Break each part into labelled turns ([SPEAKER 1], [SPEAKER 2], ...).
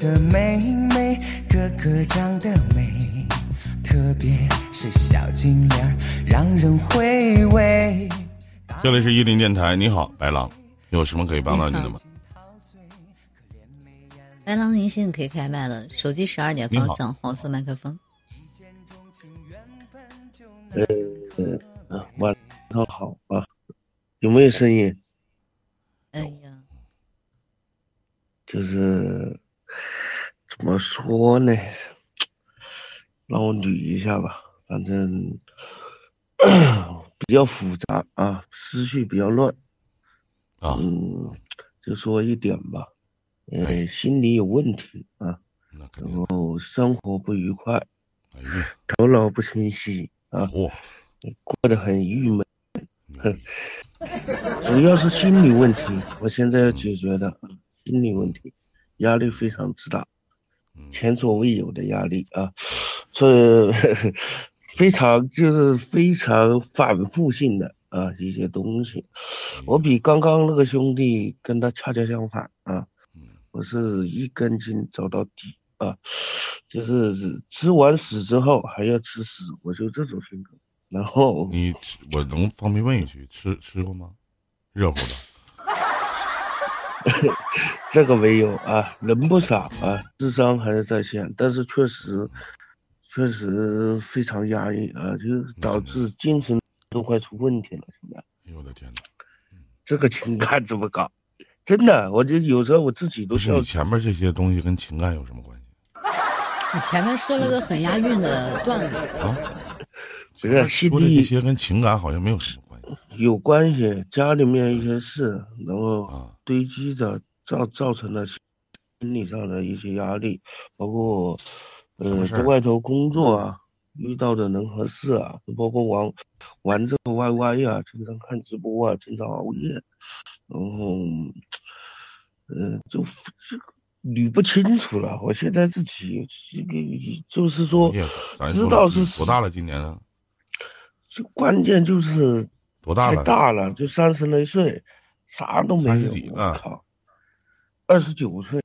[SPEAKER 1] 的妹妹，个个长得美，特别是小金莲儿，让人回味。
[SPEAKER 2] 这里是伊林电台，你好，白狼，有什么可以帮到你的吗？
[SPEAKER 3] 白狼，您现在可以开麦了，手机十二点方向，黄色麦克风。
[SPEAKER 4] 嗯嗯啊，晚上好啊，有没有声音？
[SPEAKER 3] 哎呀，
[SPEAKER 4] 就是怎么说呢？让我捋一下吧，反正 比较复杂啊，思绪比较乱，
[SPEAKER 2] 啊，
[SPEAKER 4] 嗯，就说一点吧，
[SPEAKER 2] 哎
[SPEAKER 4] 嗯，心理有问题啊，
[SPEAKER 2] 那肯
[SPEAKER 4] 然
[SPEAKER 2] 定。
[SPEAKER 4] 后生活不愉快，
[SPEAKER 2] 哎呀，
[SPEAKER 4] 头脑不清晰啊，
[SPEAKER 2] 哇，
[SPEAKER 4] 过得很郁闷，
[SPEAKER 2] 牛
[SPEAKER 4] 嗯
[SPEAKER 2] 逼！
[SPEAKER 4] 主要是心理问题，我现在要解决的啊心理问题，压力非常之大，
[SPEAKER 2] 嗯
[SPEAKER 4] 前所未有的压力啊，这非常就是非常反复性的啊一些东西。我比刚刚那个兄弟跟他恰恰相反啊，
[SPEAKER 2] 嗯
[SPEAKER 4] 我是一根筋走到底啊，就是吃完屎之后还要吃屎，我就这种性格。然后
[SPEAKER 2] 你吃，我能方便问一句，吃吃过吗？热乎的。
[SPEAKER 4] 这个没有啊，人不傻啊，智商还是在线，但是确实，确实非常压抑啊，就是导致精神都快出问题了。现在
[SPEAKER 2] 哎呦我的天哪！
[SPEAKER 4] 这个情感怎么搞？真的，我就有时候我自己都
[SPEAKER 2] 不是
[SPEAKER 4] 笑
[SPEAKER 2] 你。前面这些东西跟情感有什么关系
[SPEAKER 3] 你前面说了个很押韵的段子，
[SPEAKER 2] 啊？
[SPEAKER 4] 不是
[SPEAKER 2] 前面说的这些跟情感好像没有什么关系
[SPEAKER 4] 有关系，家里面一些事，然后
[SPEAKER 2] 啊。
[SPEAKER 4] 堆积着造造成了心理上的一些压力，包括
[SPEAKER 2] 什么
[SPEAKER 4] 呃
[SPEAKER 2] 事
[SPEAKER 4] 在
[SPEAKER 2] 儿
[SPEAKER 4] 外头工作啊，遇到的人和事啊，包括玩玩这个 YY 啊，经常看直播啊，经常熬夜，然后嗯、呃就这个捋不清楚了。我现在自己这个就是说
[SPEAKER 2] 你，也咱
[SPEAKER 4] 知
[SPEAKER 2] 说
[SPEAKER 4] 道
[SPEAKER 2] 了
[SPEAKER 4] 是
[SPEAKER 2] 多大了？今年啊，
[SPEAKER 4] 就关键就是
[SPEAKER 2] 多大
[SPEAKER 4] 太
[SPEAKER 2] 了？
[SPEAKER 4] 大了，就三十来岁，啥都没有。
[SPEAKER 2] 30几
[SPEAKER 4] 我
[SPEAKER 2] 啊
[SPEAKER 4] 靠，二十九岁，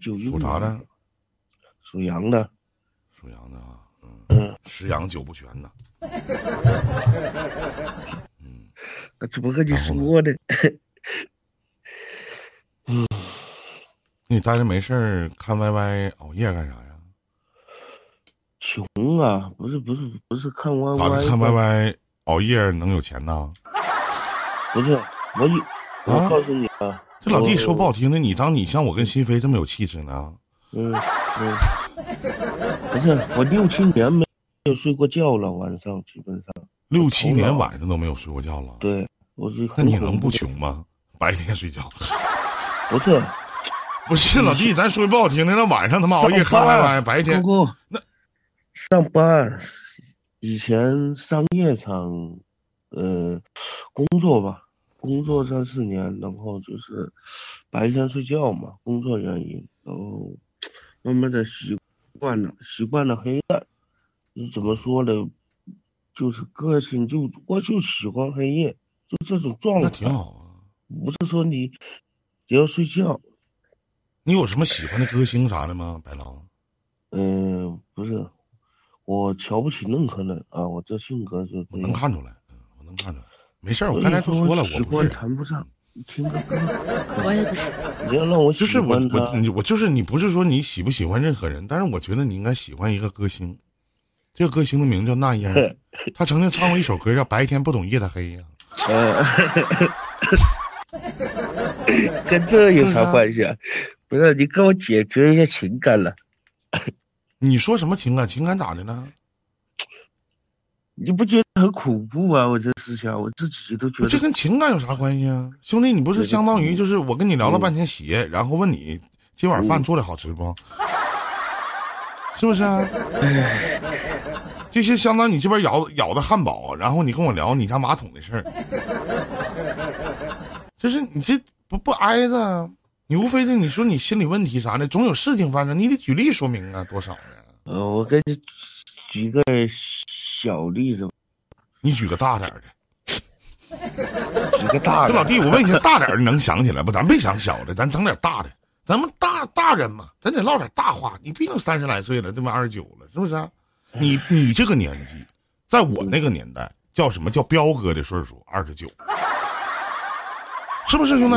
[SPEAKER 4] 九一
[SPEAKER 2] 属啥的？
[SPEAKER 4] 属羊的。
[SPEAKER 2] 属羊的啊，嗯
[SPEAKER 4] 嗯，
[SPEAKER 2] 十羊九不全呐。嗯，
[SPEAKER 4] 那怎么跟你
[SPEAKER 2] 然后呢
[SPEAKER 4] 说的？
[SPEAKER 2] 那你待着没事儿看 YY 熬夜干啥呀？
[SPEAKER 4] 穷啊，不是不是不是看歪
[SPEAKER 2] 咋
[SPEAKER 4] 歪
[SPEAKER 2] 的？看 YY 熬夜能有钱呐？
[SPEAKER 4] 不是我有，
[SPEAKER 2] 啊
[SPEAKER 4] 我告诉你啊，
[SPEAKER 2] 这老弟
[SPEAKER 4] 我
[SPEAKER 2] 说不好听的，你当你像我跟新飞这么有气质呢？
[SPEAKER 4] 嗯嗯，不是我六七年没有睡过觉了，晚上基本上
[SPEAKER 2] 六七年晚上都没有睡过觉了，
[SPEAKER 4] 对我是
[SPEAKER 2] 那
[SPEAKER 4] 很
[SPEAKER 2] 你能
[SPEAKER 4] 恐怖
[SPEAKER 2] 不
[SPEAKER 4] 的？
[SPEAKER 2] 穷吗？白天睡觉
[SPEAKER 4] 不是
[SPEAKER 2] 不是老弟，咱说不好听的，那晚上他妈熬夜看
[SPEAKER 4] 上班
[SPEAKER 2] YY，白天
[SPEAKER 4] 不过
[SPEAKER 2] 那
[SPEAKER 4] 上班以前商业厂，呃，工作吧，工作三四年，然后就是白天睡觉嘛，工作原因，然后慢慢的习惯了，习惯了黑暗。你怎么说呢？就是个性就我就喜欢黑夜，就这种状
[SPEAKER 2] 那
[SPEAKER 4] 态。
[SPEAKER 2] 挺好啊。
[SPEAKER 4] 不是说你只要睡觉，
[SPEAKER 2] 你有什么喜欢的歌星啥的吗？白狼，
[SPEAKER 4] 嗯、不是，我瞧不起任何人啊，我这性格就
[SPEAKER 2] 我
[SPEAKER 4] 这
[SPEAKER 2] 能
[SPEAKER 4] 样。
[SPEAKER 2] 看出来，嗯，我能看出来。没事儿，
[SPEAKER 4] 所
[SPEAKER 2] 我
[SPEAKER 4] 以
[SPEAKER 2] 刚才都说了，
[SPEAKER 4] 喜
[SPEAKER 2] 我不
[SPEAKER 4] 欢
[SPEAKER 2] 是。
[SPEAKER 4] 谈不 上，听个歌。
[SPEAKER 3] 我也不是。
[SPEAKER 4] 你要让我喜
[SPEAKER 2] 就是我
[SPEAKER 4] 欢
[SPEAKER 2] 我
[SPEAKER 4] 他，
[SPEAKER 2] 你我就是你不是说你喜不喜欢任何人，但是我觉得你应该喜欢一个歌星，这个歌星的名字叫那英 儿，她曾经唱过一首歌叫《白天不懂夜的黑》呀，
[SPEAKER 4] 跟这有
[SPEAKER 2] 是
[SPEAKER 4] 啥
[SPEAKER 2] 啊
[SPEAKER 4] 关系啊？不是，你跟我解决一下情感了，
[SPEAKER 2] 你说什么情感？情感咋的了？
[SPEAKER 4] 你不觉得很恐怖吗？我这思想，我自己都觉
[SPEAKER 2] 这
[SPEAKER 4] 得
[SPEAKER 2] 跟情感有啥关系啊？兄弟，你不是相当于就是我跟你聊了半天鞋，然后问你今晚饭做的好吃不？是不是啊？就是相当于你这边咬咬的汉堡，然后你跟我聊你家马桶的事儿，就是你这不不挨着啊？你无非是你说你心理问题啥的，总有事情发生，你得举例说明啊，多少呢？
[SPEAKER 4] 呃，我给你举个小例子吧，
[SPEAKER 2] 你举个大点儿的。
[SPEAKER 4] 举个大
[SPEAKER 2] 这
[SPEAKER 4] 的。
[SPEAKER 2] 老弟，我问一下，大点儿的能想起来不？咱别想小的，咱整点大的。咱们大大人嘛，咱得唠点大话。你毕竟三十来岁了，这么二十九了，是不是、啊？你你这个年纪，在我那个年代叫什么叫彪哥的岁数，二十九，是不是兄弟？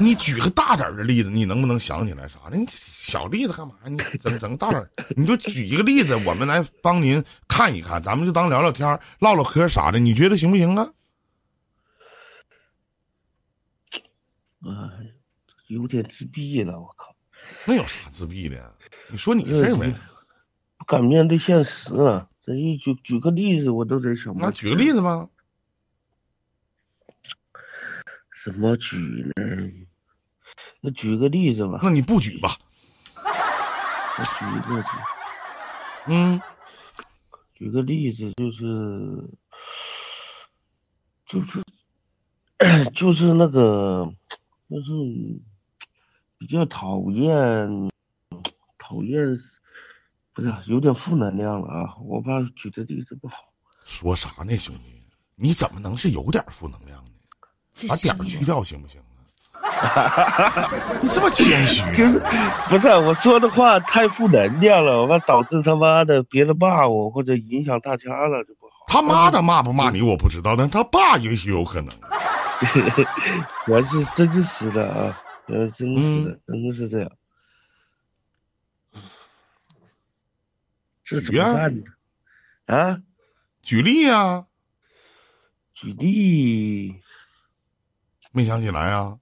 [SPEAKER 2] 你举个大点儿的例子，你能不能想起来啥？你小例子干嘛？你整整个大点儿，你就举一个例子，我们来帮您看一看，咱们就当聊聊天儿、唠唠嗑啥的，你觉得行不行啊？
[SPEAKER 4] 哎，有点自闭了，我靠，
[SPEAKER 2] 那有啥自闭的呀？你说你事儿呗。
[SPEAKER 4] 不敢面对现实了。咱一举举个例子，我都得想不
[SPEAKER 2] 那
[SPEAKER 4] 起
[SPEAKER 2] 举个例子吧，
[SPEAKER 4] 怎么举呢？那举个例子吧，
[SPEAKER 2] 那你不举吧？
[SPEAKER 4] 我举一个举
[SPEAKER 2] 嗯，
[SPEAKER 4] 举个例子，就是就是 就是那个就是比较讨厌讨厌，不是有点负能量了啊！我怕举的例子不好。
[SPEAKER 2] 说啥呢，兄弟？你怎么能是有点负能量呢？
[SPEAKER 3] 这
[SPEAKER 2] 把
[SPEAKER 3] 是
[SPEAKER 2] 点儿
[SPEAKER 3] 你
[SPEAKER 2] 去掉行不行啊？ 你这么谦虚啊，
[SPEAKER 4] 不是我说的话太负能量了，我怕导致他妈的别人骂我或者影响大家了，就不好。
[SPEAKER 2] 他妈的骂不骂你我不知道，但他爸也许有可能。啊
[SPEAKER 4] 原来是真实的啊，原来是真实
[SPEAKER 2] 嗯
[SPEAKER 4] 的，真的是这样。这怎么办呢？啊，
[SPEAKER 2] 举例啊呀、
[SPEAKER 4] 举例，
[SPEAKER 2] 没想起来啊？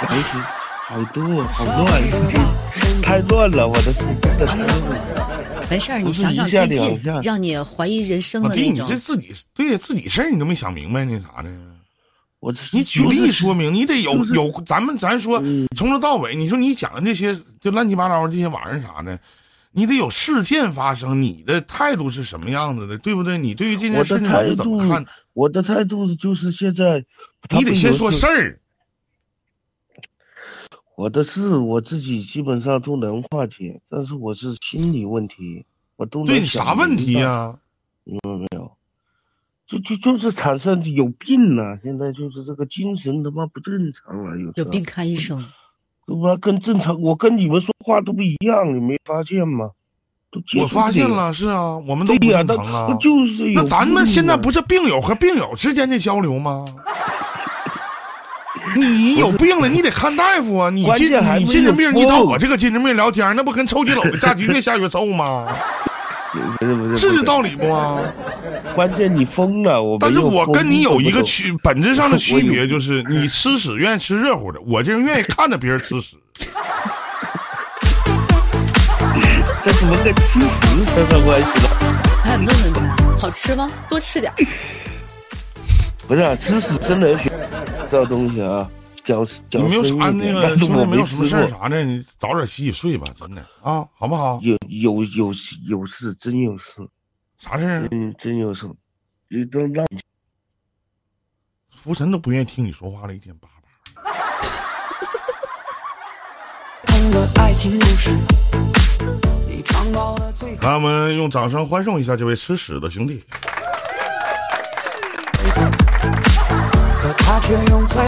[SPEAKER 4] 想起哎好多好乱，啊这太乱了，我的天呐，
[SPEAKER 3] 没事儿，你
[SPEAKER 4] 不是
[SPEAKER 3] 想想
[SPEAKER 4] 一下
[SPEAKER 3] 最近
[SPEAKER 4] 两下
[SPEAKER 3] 让你怀疑人生
[SPEAKER 2] 老
[SPEAKER 3] 的
[SPEAKER 2] 弟，
[SPEAKER 3] 嗯那
[SPEAKER 2] 啊你
[SPEAKER 3] 种
[SPEAKER 2] 这，自己对自己事儿你都没想明白那啥呢？
[SPEAKER 4] 我这是
[SPEAKER 2] 你举例说明，你得有
[SPEAKER 4] 就是
[SPEAKER 2] 有，咱们咱说
[SPEAKER 4] 嗯
[SPEAKER 2] 从头到尾，你说你讲的这些就乱七八糟这些玩意儿啥的，你得有事件发生，你的态度是什么样子的，对不对？你对于这件
[SPEAKER 4] 我
[SPEAKER 2] 事
[SPEAKER 4] 的
[SPEAKER 2] 情你是
[SPEAKER 4] 态
[SPEAKER 2] 怎么
[SPEAKER 4] 度
[SPEAKER 2] 看？，
[SPEAKER 4] 我的态度就是现在，
[SPEAKER 2] 你得先说
[SPEAKER 4] 事。
[SPEAKER 2] 事儿。
[SPEAKER 4] 我的事我自己基本上都能化解，但是我是心理问题，我都能
[SPEAKER 2] 对，
[SPEAKER 4] 想
[SPEAKER 2] 啥问题
[SPEAKER 4] 明白
[SPEAKER 2] 呀、
[SPEAKER 4] 就就就是产生有病了，现在就是这个精神他妈不正常了，有时
[SPEAKER 3] 有
[SPEAKER 4] 候
[SPEAKER 3] 病，看医生。
[SPEAKER 4] 他妈跟正常我跟你们说话都不一样，你没发现吗？都接触
[SPEAKER 2] 我发现
[SPEAKER 4] 不了，
[SPEAKER 2] 了，是啊，我们都不
[SPEAKER 4] 对呀、
[SPEAKER 2] 正
[SPEAKER 4] 那
[SPEAKER 2] 常啊
[SPEAKER 4] 我。就是有
[SPEAKER 2] 那咱们现在
[SPEAKER 4] 病啊
[SPEAKER 2] 不是病友和病友之间的交流吗？ 你有病了，你得看大夫啊！你
[SPEAKER 4] 关
[SPEAKER 2] 精
[SPEAKER 4] 键还
[SPEAKER 2] 你
[SPEAKER 4] 没
[SPEAKER 2] 精神病，
[SPEAKER 4] 有
[SPEAKER 2] 你找
[SPEAKER 4] 病
[SPEAKER 2] 我这个精神病聊天，那不跟臭鸡篓子下 去越下越臭吗？
[SPEAKER 4] 啊，不是不是
[SPEAKER 2] 是
[SPEAKER 4] 不
[SPEAKER 2] 这
[SPEAKER 4] 是
[SPEAKER 2] 道理不啊？
[SPEAKER 4] 关键你疯了，我
[SPEAKER 2] 但
[SPEAKER 4] 没
[SPEAKER 2] 是
[SPEAKER 4] 有
[SPEAKER 2] 我
[SPEAKER 4] 疯
[SPEAKER 2] 跟你有一个
[SPEAKER 4] 懂不懂
[SPEAKER 2] 区本质上的区
[SPEAKER 4] 我有
[SPEAKER 2] 别，就是你吃屎愿意吃热乎的，我这人愿意看着别人吃 屎。
[SPEAKER 4] 这怎么跟吃屎扯上关系了？
[SPEAKER 3] 哎，问问他，好吃吗？多吃点儿。
[SPEAKER 4] 不是、啊、吃屎真能学这东西啊，讲
[SPEAKER 2] 你
[SPEAKER 4] 讲
[SPEAKER 2] 没有
[SPEAKER 4] 深
[SPEAKER 2] 啥
[SPEAKER 4] 一
[SPEAKER 2] 那
[SPEAKER 4] 点
[SPEAKER 2] 个
[SPEAKER 4] 但是
[SPEAKER 2] 兄弟
[SPEAKER 4] 我
[SPEAKER 2] 没有什么
[SPEAKER 4] 吃
[SPEAKER 2] 事儿
[SPEAKER 4] 过
[SPEAKER 2] 啥的，你早点洗洗睡吧，真的啊，好不好？
[SPEAKER 4] 有有有有事，真有事，
[SPEAKER 2] 啥事儿？啊
[SPEAKER 4] 嗯，真有事。你都让
[SPEAKER 2] 浮尘都不愿意听你说话了，一天叭叭。
[SPEAKER 1] 看个爱情故事，你尝到了最
[SPEAKER 2] 让我们用掌声欢送一下这位吃屎的兄弟。
[SPEAKER 1] 可他却用最。